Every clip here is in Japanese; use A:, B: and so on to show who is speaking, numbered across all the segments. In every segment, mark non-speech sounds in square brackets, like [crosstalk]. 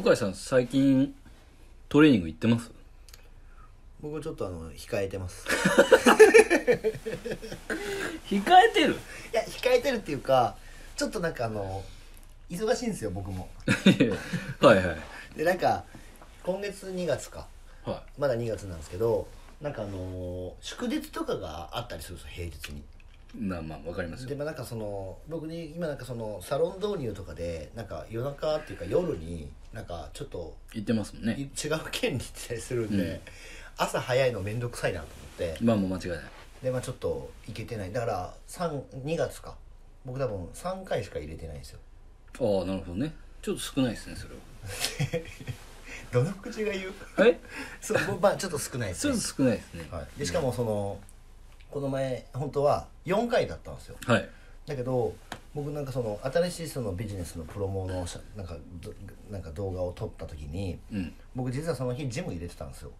A: 向井さん最近トレーニング行ってます
B: 僕ちょっとあの控えてます
A: 控えてる
B: [laughs] いや控えてるっていうかちょっとなんかあの忙しいんですよ僕も
A: [laughs] はいはい
B: でなんか今月2月か
A: は
B: まだ2月なんですけどなんかあの祝日とかがあったりするんですよ平日に
A: いまあまあわかります
B: で
A: よ
B: もなんかその僕ね今なんかそのサロン導入とかでなんか夜中っていうか夜になんかちょっと
A: 行ってますもん
B: い違
A: ね
B: う県に行ってたりするんで、
A: うん
B: 朝早いの面倒くさいなと思って
A: まあもう間違いない
B: でまあちょっと行けてないだから2月か僕多分3回しか入れてないんですよ
A: ああなるほどねちょっと少ないですねそれは
B: どの口が言う
A: え
B: そう僕まあちょっと少ないです
A: ちょっ
B: ね
A: と、少ないですね
B: はい、でしかもそのこの前本当は4回だったんですよ
A: はい
B: だけど僕なんかその新しいそのビジネスのプロモのしゃなんかどなんか動画を撮った時に
A: うん
B: 僕実はその日ジム入れてたん [laughs] ですよ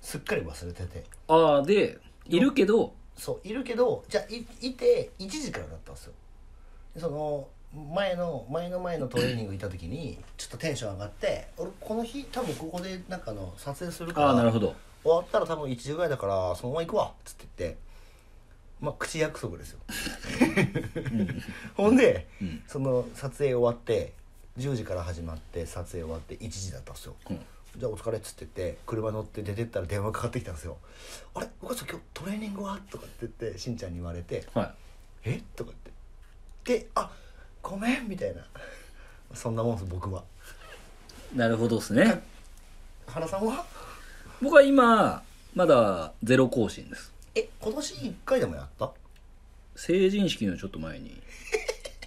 B: すっかり忘れてて
A: ああでいるけど
B: そういるけどじゃあいいて1時からだったんですよでその前の前の前のトレーニング行った時にちょっとテンション上がって俺この日多分ここでなんかあの撮影するか
A: ああなる
B: ら
A: ほど
B: 終わったら多分1時ぐらいだからそのまま行くわっつって言ってまあ口約束ですよほんで、
A: うん
B: その撮影終わって10時から始まって撮影終わって1時だったんですよ
A: うん
B: じゃあお疲れっつって言って車乗って出てったら電話かかってきたんですよ「あれお母さん今日トレーニングは?」とかって言ってしんちゃんに言われて
A: は
B: 「えとか言ってで「あごめん」みたいなそんなもんです僕はい
A: なるほどですね
B: 原さんは
A: 僕は今まだゼロ更新です
B: え今年1回でもやった
A: 成人式のちょっと前に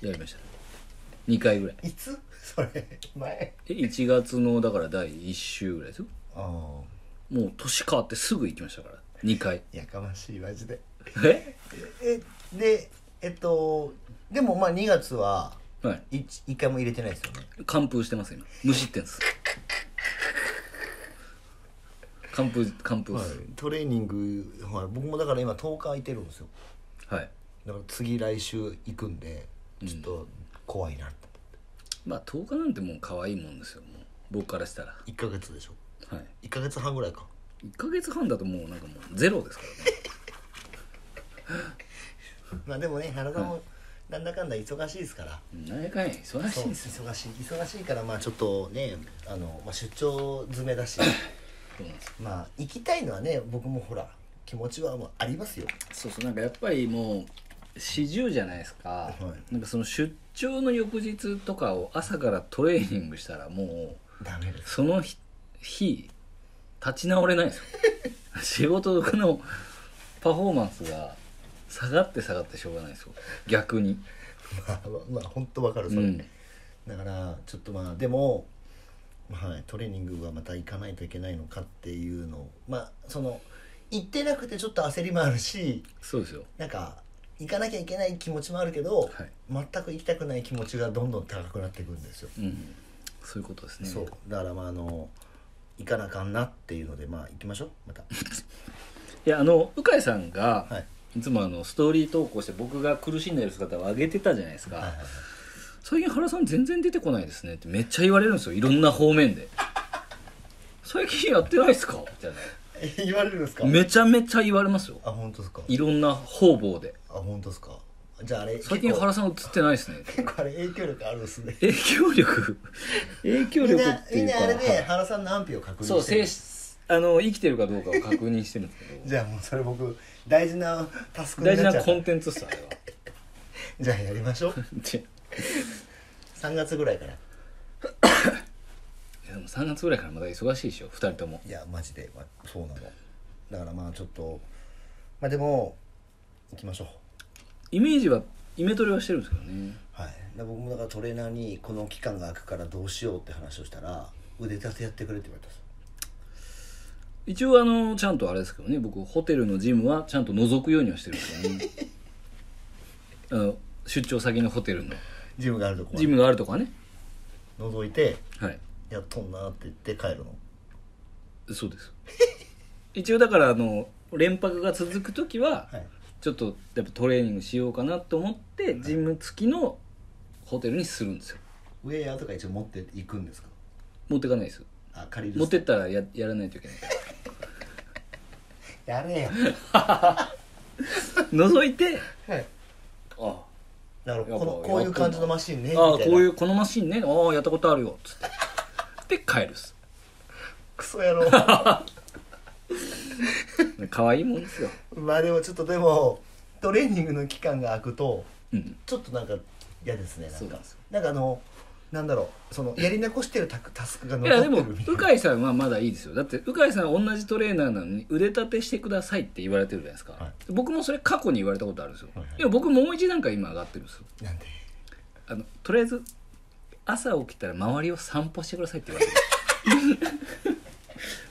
A: やりました2回ぐらい
B: いつそれ前
A: え1月のだから第1週ぐらいですよ
B: ああ
A: もう年変わってすぐ行きましたから2回
B: やかましいマジで
A: え
B: えでえっとでもまあ2月は
A: はい
B: 一一回も入れてないですよね
A: 完封してます今無失点です完封完封です
B: トレーニング、はい、僕もだから今10日空いてるんですよ
A: はい、
B: だから次来週行くんでちょっと怖いなって、
A: まあ10日なんてもう可愛いもんですよもう僕からしたら
B: 1ヶ月でしょ
A: はい
B: 1ヶ月半ぐらいか
A: 1ヶ月半だともうなんかもうゼロですからね
B: まあでもね原田もなんだかんだ忙しいですから、
A: 何回忙し
B: そう
A: いんですよ
B: 忙しい忙しいからまあちょっとねあの、まあ、出張詰めだ [laughs] し
A: そうなんですよ
B: まあ行きたいのはね僕もほら気持ちはもうありますよ
A: そうそうなんかやっぱりもう40じゃないですか、
B: い
A: なんかその出張の翌日とかを朝からトレーニングしたらもう
B: ダメです
A: その日日立ち直れないですよ仕事のパフォーマンスが下がって下がってしょうがないですよ逆に
B: [laughs] まあまあ本当わかる
A: う
B: それ、
A: ん
B: だからちょっとまあでも、はい、トレーニングはまた行かないといけないのかっていうのをまあその行ってなくてちょっと焦りもあるし
A: そうですよ
B: なんか行かなきゃいけない気持ちもあるけど、
A: はい
B: 全く行きたくない気持ちがどんどん高くなっていくんですよ、
A: うんそういうことですね
B: そうだからまああの行かなあかんなっていうのでまあ行きましょう
A: [laughs]
B: また
A: いやあの鵜飼さんが、
B: はい
A: い、つもあのストーリー投稿して僕が苦しんでる姿を上げてたじゃないですか、
B: はいはいはい
A: 最近原さん全然出てこないですねってめっちゃ言われるんですよいろんな方面で最近やってないですかみたい
B: え言われるんですか
A: なめちゃめちゃ言われますよ
B: あ本当ですか
A: いろんな方々で
B: あ本当ですかじゃああれ
A: 最近
B: 結構
A: 原さん映ってないですね
B: 結構あれ影響力あるんですね
A: 影響力影響
B: みん
A: 力
B: な
A: って
B: み
A: い
B: ん
A: うか
B: なあれ
A: は
B: で
A: い
B: 原さんの安否を確認して
A: そう生
B: る
A: 死あの生きてるかどうかを確認してるんですけど
B: じゃあもうそれ僕大事なタスクにな
A: 大
B: っち
A: 事
B: ゃう
A: なコンテンツっすあれは
B: じゃあやりましょう
A: で
B: 3月ぐらいから
A: いやでも3月ぐらいからまだ忙しいでしょ2人とも
B: いやマジで、まあ、そうなのだからまあちょっとまあでも行きましょう
A: イメージはイメトレはしてるんですけどね
B: はいだから僕もだからトレーナーにこの期間が空くからどうしようって話をしたら腕立てやってくれって言われたんですよ
A: 一応あのちゃんとあれですけどね僕ホテルのジムはちゃんと覗くようにはしてるんですけどねあ
B: [laughs]
A: の出張先のホテルの
B: ジムがあるとこ
A: ジムがあるとかね
B: 覗いて
A: はい
B: やっとんなって言って帰るの
A: そうです一応だからあの連泊が続く時は、
B: はい
A: ちょっとやっぱトレーニングしようかなと思って、ジム付きのホテルにするんですよ
B: ウェアとか一応持っていくんですか
A: 持ってかないです
B: あ借りる
A: 持ってったらややらないといけ [laughs] ないから
B: やれよ
A: 覗いて
B: はい
A: あ
B: なるほ
A: やっぱ
B: どこのこういう感じのマシンね
A: あああ
B: みたいな
A: こういうこのマシンねああやったことあるよつってで帰るっ
B: [laughs]
A: す
B: クソ野郎 [laughs]
A: 可愛いもんですよ
B: まあでもちょっとでもトレーニングの期間が空くと
A: うん
B: ちょっとなんか嫌ですねなんか
A: そうなんですよ
B: なんかあのなんだろうそのやり残してるタクタスクが
A: い
B: 残っ
A: や
B: て
A: で
B: る
A: も
B: みた
A: 鵜
B: いな
A: 飼さんはまだいいですよだって鵜飼さんは同じトレーナーなのに腕立てしてくださいって言われてるじゃないですか、
B: はい
A: 僕もそれ過去に言われたことあるんですよ、
B: はいはい
A: でも僕もう一段階今上がってるんですよ
B: なんで
A: あのとりあえず朝起きたら周りを散歩してくださいって言われてる [laughs]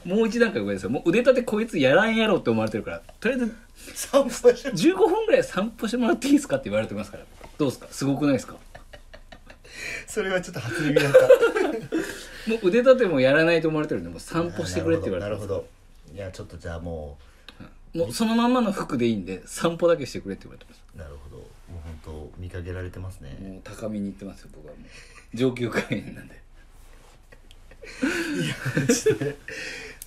A: もう一段階上ですよもう腕立てこいつやらんやろって思われてるからとりあえず
B: 散歩してる
A: 15分ぐらい散歩してもらっていいですかって言われてますからどうですかすごくないですか
B: それはちょっと初耳だった
A: もう腕立てもやらないと思われてるんでもう散歩してくれって言われて
B: なる
A: ます
B: ほどいやちょっとじゃあも
A: もうそのまんまの服でいいんで散歩だけしてくれって言われてます
B: うなるほどもう本当見かけられてますね
A: もう高みに行ってますよ僕はもう上級会員なんで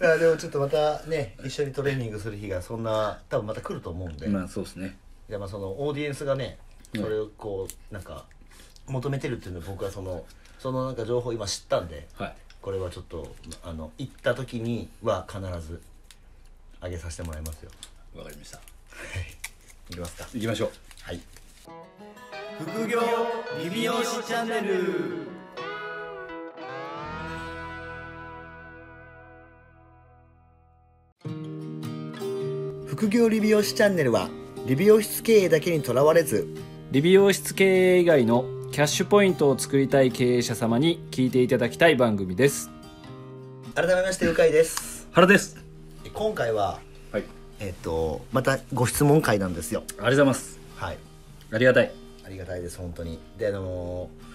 B: あでもちょっとまたね一緒にトレーニングする日がそんな多分また来ると思うんで、
A: まあそうですね
B: いやまあそのオーディエンスがね
A: うん
B: それをこうなんか求めてるっていうのは僕はそのそのなんか情報を今知ったんで
A: はい
B: これはちょっとあの行った時には必ず上げさせてもらいますよ
A: わかりました
B: いきますか
A: 行きましょう
B: はい
C: 副業リビオシチャンネル
B: 副業理美容師チャンネルは理美容室経営だけにとらわれず
D: 理美容室経営以外のキャッシュポイントを作りたい経営者様に聞いていただきたい番組です
B: 改めましてうかいです
A: 原です
B: 今回は
A: はいあり
B: えっとまたご質問会なんですよ
A: がとうございます
B: はい
A: ありがたい
B: ありがたいです本当にであのー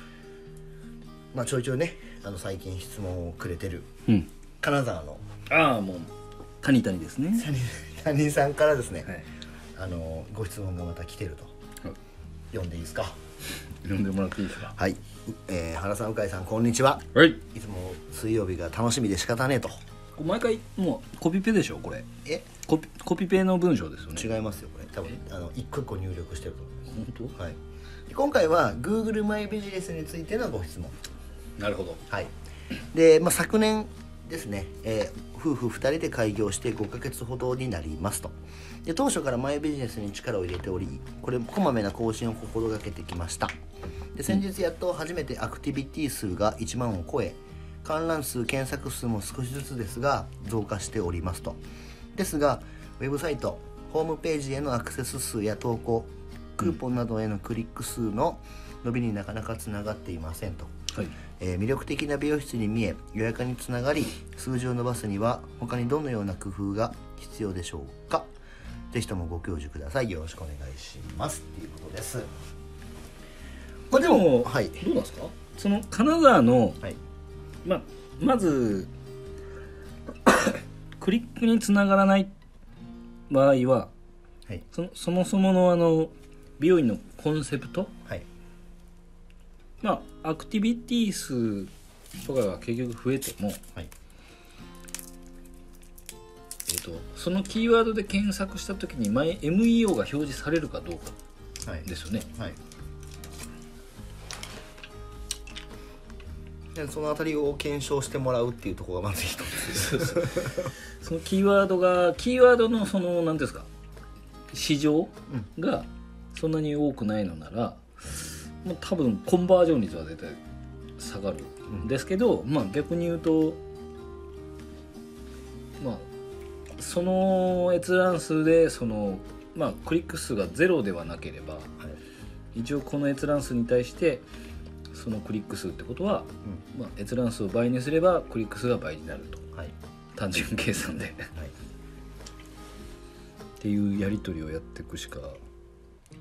B: まあちょいちょいねあの最近質問をくれてる
A: うん
B: 金沢の
A: ああもう谷谷ですね
B: 他人さんからですね、
A: はい
B: あのーご質問がまた来てると、
A: はい
B: 読んでいいですか
A: 呼んでもらっていいですか
B: はい、えー原さんうかいさんこんにちは
A: はい
B: いつも水曜日が楽しみで仕方ねえと
A: 毎回もうコピペでしょこれ
B: え
A: コピコピペの文章ですよね
B: 違いますよこれ多分あの一個一個入力してると思います
A: 本当
B: はい、で今回は Google マイビジネスについてのご質問
A: なるほど
B: はいで、まあ、昨年ですね、えー夫婦2人で開業して5ヶ月ほどになりますとで当初からマイビジネスに力を入れておりこれもこまめな更新を心がけてきましたで先日やっと初めてアクティビティ数が1万を超え観覧数検索数も少しずつですが増加しておりますとですがウェブサイトホームページへのアクセス数や投稿クーポンなどへのクリック数の伸びになかなかつながっていませんと
A: はい
B: えー魅力的な美容室に見え予約につながり数字を伸ばすには他にどのような工夫が必要でしょうかぜひともご教授くださいよろしくお願いしますっていうことですまあで
A: で
B: も
A: も、
B: はい
A: どうなんですかその金沢の、
B: はい
A: まあ、まず [coughs] クリックにつながらない場合は
B: はい
A: そのそもそものあの美容院のコンセプト
B: はい
A: まあアクティビティ数とかが結局増えても、
B: はい
A: えっとそのキーワードで検索した時に前 MEO が表示されるかどうか
B: はい
A: ですよね
B: はいでそのあたりを検証してもらうっていうところがまず一つ [laughs]
A: そのキーワードがキーワードのその何ですか市場がそんなに多くないのなら、もう多分コンバージョン率は絶対下がるんですけど、まあ逆に言うとまあその閲覧数でそのまあクリック数がゼロではなければ、一応この閲覧数に対してそのクリック数ってことは、まあ、閲覧数を倍にすればクリック数が倍になると
B: はい
A: 単純計算で。
B: はい
A: っていうやり取りをやっていくしか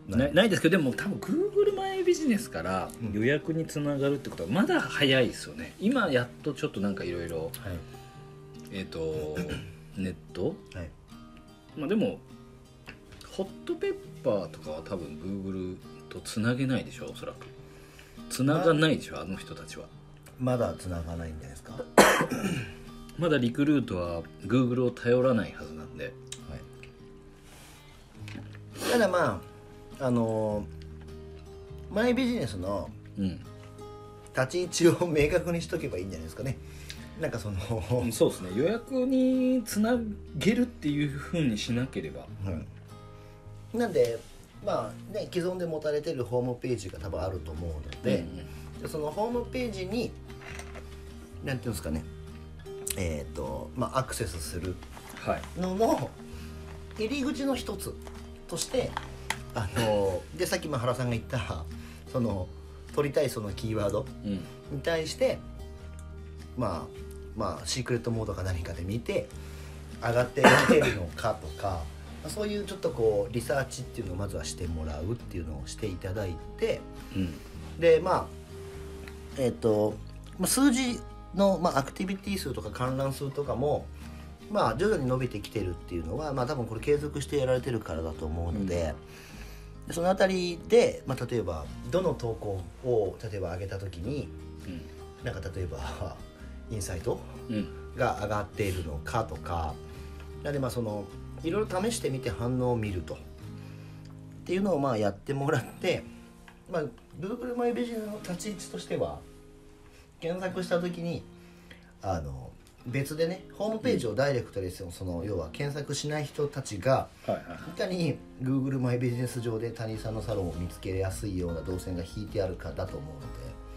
A: ないないですけどでも多分 Google マイビジネスから
B: うん
A: 予約につながるってことはまだ早いですよね今やっとちょっとなんかいろいろ
B: はい
A: えっ、と [clears throat] ネット
B: はい
A: まあでもホットペッパーとかは多分 Google とつなげないでしょおそらくつながないでしょあの人たちは
B: まだ繋がないんじゃないですかはい
A: まだリクルートは Google を頼らないはずなんで
B: ただまああのーマイビジネスの
A: うん
B: 立ち位置を明確にしとけばいいんじゃないですかねなんかその、
A: そうですね予約につなげるっていうふうにしなければ
B: うん、なんでまあね既存で持たれてるホームページが多分あると思うので、でそのホームページになんていうんですかねえっ、とまあアクセスする
A: はい
B: のの入り口の一つとしてあのでさっきも原さんが言ったその取りたいそのキーワード
A: うん
B: に対してまあまあシークレットモードか何かで見て上がってきてるのかとかまあそういうちょっとこうリサーチっていうのをまずはしてもらうっていうのをしていただいて
A: うん
B: でまあえっ、とまあ数字の、まあ、アクティビティ数とか観覧数とかもまあ徐々に伸びてきてるっていうのはまあ多分これ継続してやられてるからだと思うので、でそのあたりで、まあ、例えばどの投稿を例えば上げた時になんか例えば [laughs] インサイト
A: うんうん
B: が上がっているのかとかなんでまあそのいろいろ試してみて反応を見るとっていうのをまあやってもらって、まあ、Google マイビジネスの立ち位置としては検索した時にあの別でねホームページをダイレクトですよその要は検索しない人たちが
A: はいはい
B: いかに Google マイビジネス上で谷井さんのサロンを見つけやすいような動線が引いてあるかだと思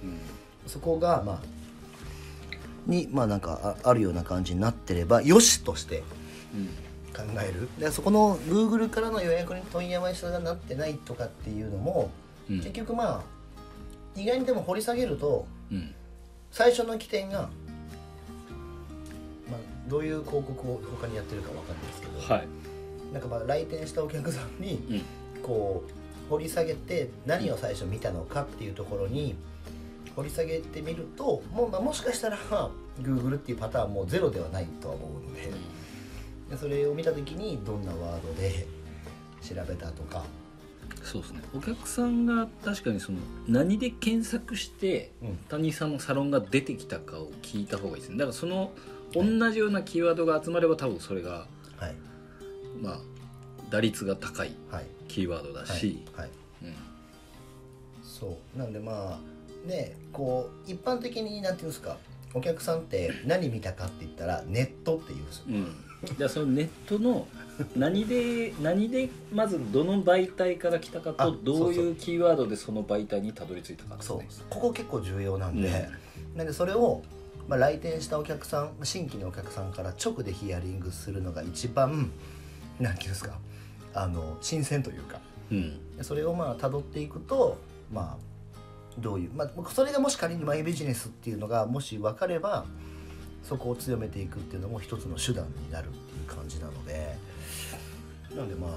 B: うので。そこがまあにまあなんかああるような感じになってればよしとして考えるでそこの Google からの予約に問い合わせがなってないとかっていうのも、
A: うん
B: 結局まあ意外にでも掘り下げると
A: うん
B: 最初の起点が、まあ、どういう広告を他にやってるかわかんないですけど、
A: はい
B: なんかまあ来店したお客さんに、
A: うん
B: こう掘り下げて何を最初見たのかっていうところに掘り下げてみるともう、まあ、もしかしたら [laughs] Google っていうパターンもゼロではないとは思うのででそれを見た時にどんなワードで [laughs] 調べたとか、
A: そうですねお客さんが確かにその何で検索して
B: うん
A: 谷井さんのサロンが出てきたかを聞いた方がいいですねだからその同じようなキーワードが集まれば多分それが
B: はい
A: まあ打率が高い
B: はい
A: キーワードだ
B: はい
A: し、
B: はい、
A: うん
B: そうなんでまあねこう一般的になんていうんですかお客さんって何見たかって言ったらネットって言うんですよ
A: うん、じゃあそのネットの何で何でまずどの媒体から来たか
B: あ
A: とどう
B: そう
A: い
B: そう
A: キーワードでその媒体にたどり着いたかです
B: そう
A: ね
B: ここ結構重要なんで、なんでそれを、まあ、来店したお客さん新規のお客さんから直でヒアリングするのが一番なんていうんですかあの新鮮というか
A: うん
B: それをまあ辿っていくとまあどういう、まあ、それがもし仮にマイビジネスっていうのがもし分かればそこを強めていくっていうのも一つの手段になるっていう感じなのでなんでま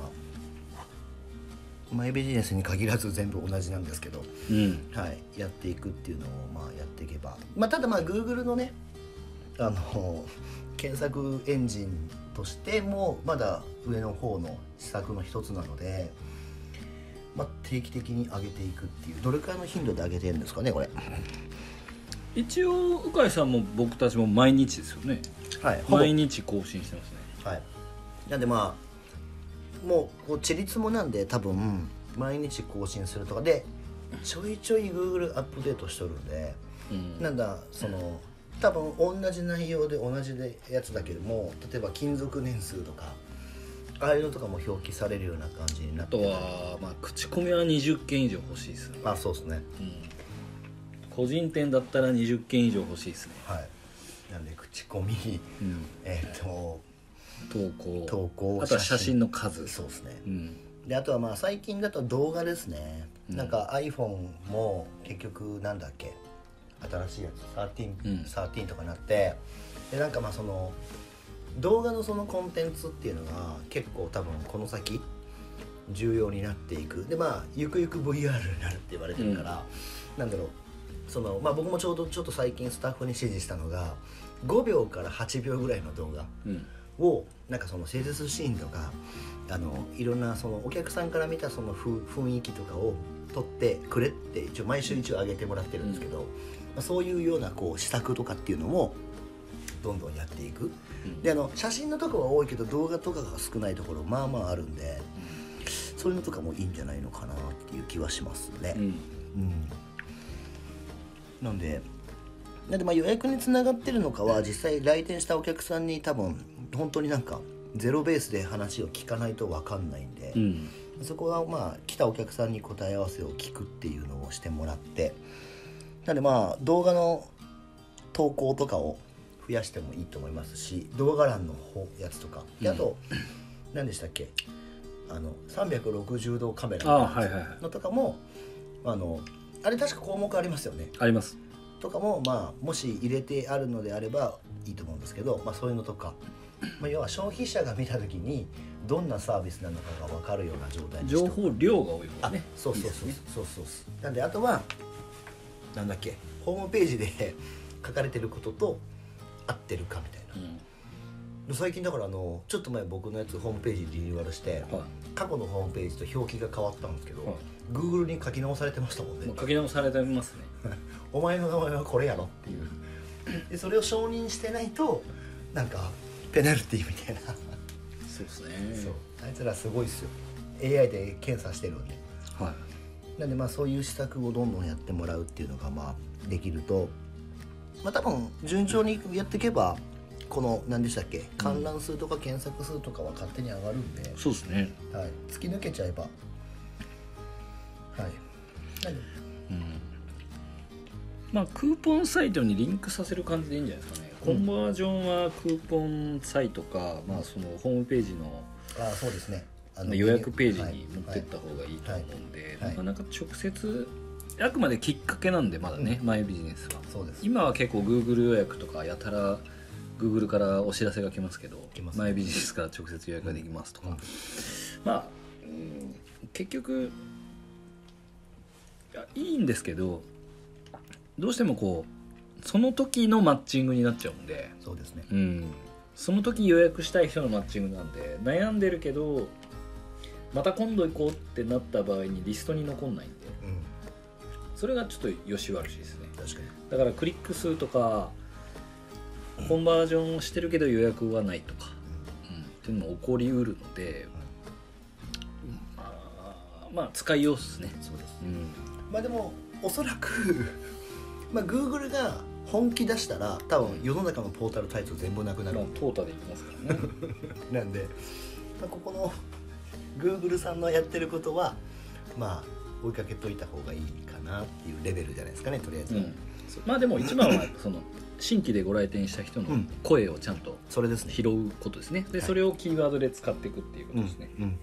B: あマイビジネスに限らず全部同じなんですけど
A: うん
B: はい、やっていくっていうのをまあやっていけば、まあ、ただまあ Google のねあの [laughs] 検索エンジンとしてもまだ上の方の施策の一つなので、まあ、定期的に上げていくっていうどれくらいの頻度で上げてるんですかねこれ
A: 一応鵜飼さんも僕たちも毎日ですよね
B: はいほぼ
A: 毎日更新してますね
B: はい、なんでまあもうこうチリツモなんで多分毎日更新するとかでちょいちょい Google アップデートしとるんで
A: うん
B: なんだその多分同じ内容で同じでやつだけども例えば勤続年数とかああいうのとかも表記されるような感じになっ
A: あ
B: て
A: とは、まあ、口コミは20件以上欲しいですね、
B: まあそうですね
A: うん個人店だったら20件以上欲しいですね、
B: はいなんで口コミ
A: うん
B: えっ、と
A: 投稿
B: 投稿
A: あとは写真の数
B: そうですね
A: うん
B: であとはまあ最近だと動画ですね、
A: うん
B: なんか iPhone も結局なんだっけ新しいやつ13,、
A: うん
B: 13とかなってでなんかまあその動画のそのコンテンツっていうのが結構多分この先重要になっていくでまあゆくゆく VR になるって言われてるから、なんだろうそのまあ僕もちょうどちょっと最近スタッフに指示したのが5秒から8秒ぐらいの動画
A: うん
B: をなんかその施術シーンとかあのいろんなそのお客さんから見たそのふ雰囲気とかを撮ってくれって一応毎週一応上げてもらってるんですけど、まあそういうようなこう施策とかっていうのもどんどんやっていく、であの写真のとこは多いけど動画とかが少ないところまあまああるんで、そういうのとかもいいんじゃないのかなっていう気はしますね。
A: うん
B: うんなんでなんでまあ予約につながってるのかは実際来店したお客さんに多分本当になんかゼロベースで話を聞かないと分かんないんで、
A: うん
B: そこはまあ来たお客さんに答え合わせを聞くっていうのをしてもらってなんでまあ動画の投稿とかを増やしてもいいと思いますし動画欄の方やつとかであと、何でしたっけあの360度カメラ
A: ああはいはいはい
B: のとかもあのあれ確か項目ありますよね
A: あります
B: とかも、まあ、もし入れてあるのであればいいと思うんですけど、まあ、そういうのとか、まあ、要は消費者が見た時にどんなサービスなのかが分かるような状態にして
A: 情
B: おく
A: 報量が多い方
B: あ
A: がね
B: そうそうそうそうそうそうなんであとはなんだっけホームページで [laughs] 書かれてることと合ってるかみたいな最近だからあのちょっと前僕のやつホームページリニューアルして
A: うんはい
B: 過去のホームページと表記が変わったんですけど、
A: はい
B: Google に書き直されてましたもんね、
A: まあ書き直されてますね
B: お前の名前はこれやろっていうでそれを承認してないとなんかペナルティみたいな、
A: そうですね
B: そうあいつらすごいっすよ AI で検査してるんで
A: はい
B: なんでまあそういう施策をどんどんやってもらうっていうのがまあできるとまあ多分順調にやっていけばこの何でしたっけ観覧数とか検索数とかは勝手に上がるんで、
A: そうですね
B: はい、突き抜けちゃえばはいなんで
A: まあクーポンサイトにリンクさせる感じでいいんじゃないですかねコンバージョンはクーポンサイトか、まあそのホームページの
B: ああそうですねあ
A: まあ予約ページに持っ
B: はい
A: てった方がいいと思うんで、
B: はいはい
A: なかなか直接あくまできっかけなんでまだね、マイビジネスは
B: そうです
A: 今は結構 Google 予約とかやたら Google からお知らせが来ますけど
B: 来ます
A: マイビジネスから直接予約ができますとか、
B: うん
A: まあ、うん結局いやいいんですけどどうしてもこうその時のマッチングになっちゃうんで、
B: そうですね
A: うん、その時予約したい人のマッチングなんで悩んでるけどまた今度行こうってなった場合にリストに残んないんで
B: うん
A: それがちょっとよし悪しですね
B: 確かに
A: だからクリック数とかコンバージョンをしてるけど予約はないとか、うん、っていうのも起こりうるので、うんまあまあ使いようっすね、
B: そうです
A: うん、
B: まあでもおそらくまあ Google が本気出したら多分世の中のポータルタイトル全部なく
A: ま
B: な
A: あ
B: る
A: 淘汰でいきますからね
B: なんで、まあ、ここの Google さんのやってることはまあ追いかけといた方がいいかなっていうレベルじゃないですかねとりあえず、
A: うんまあでも一番はその新規でご来店した人の
B: うん
A: 声をちゃんと
B: それですね
A: 拾うことですねでそれをキーワードで使っていくっていうことですね、
B: うん、うん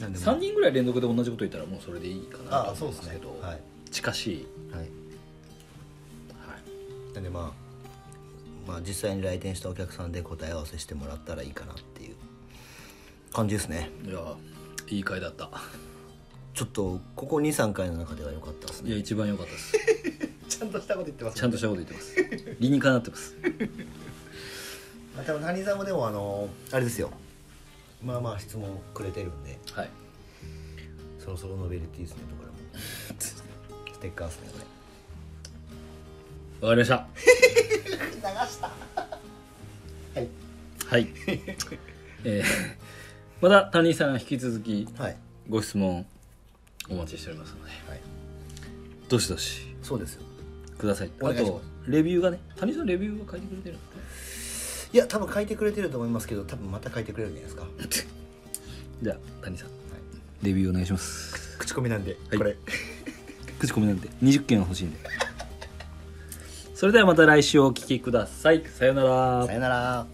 B: なんでも
A: 3人ぐらい連続で同じこと言ったらもうそれでいいかな
B: あ
A: と
B: あそ
A: 思
B: う
A: うんです
B: で
A: す
B: ね
A: けど
B: はい、
A: 近しい、
B: はい、
A: はい
B: なんでまあまあ実際に来店したお客さんで答え合わせしてもらったらいいかなっていう感じですね
A: いやいい回だった
B: ちょっとここ23回の中では良かったです
A: いや
B: ね
A: 一番良かったです
B: ちゃんとしたこと言ってま
A: ちゃんとしたこと言ってます理にかなってます
B: まあ、多分谷さんもでもあのあれですよまあまあ質問くれてるんで
A: はい
B: そろそろノベルティーですねところも [laughs] ステッカーですねこれ
A: わかりました
B: 流したはい
A: はい、えーまた谷さん引き続き
B: はい
A: ご質問お待ちしておりますので
B: はい
A: どしどし
B: そうですよ
A: ください
B: お
A: あ
B: 願いしま
A: と
B: す
A: レビューがね谷さんレビューが書いてくれてるんで
B: いや多分書いてくれてると思いますけど多分また書いてくれるんじゃないですか、はい、
A: すね [laughs] じゃあ谷さんレビューお願いします
B: 口コミなんで、
A: はい
B: これ
A: 口コミなんて20件は欲しいんでそれではまた来週お聞きくださいさようなら
B: さよなら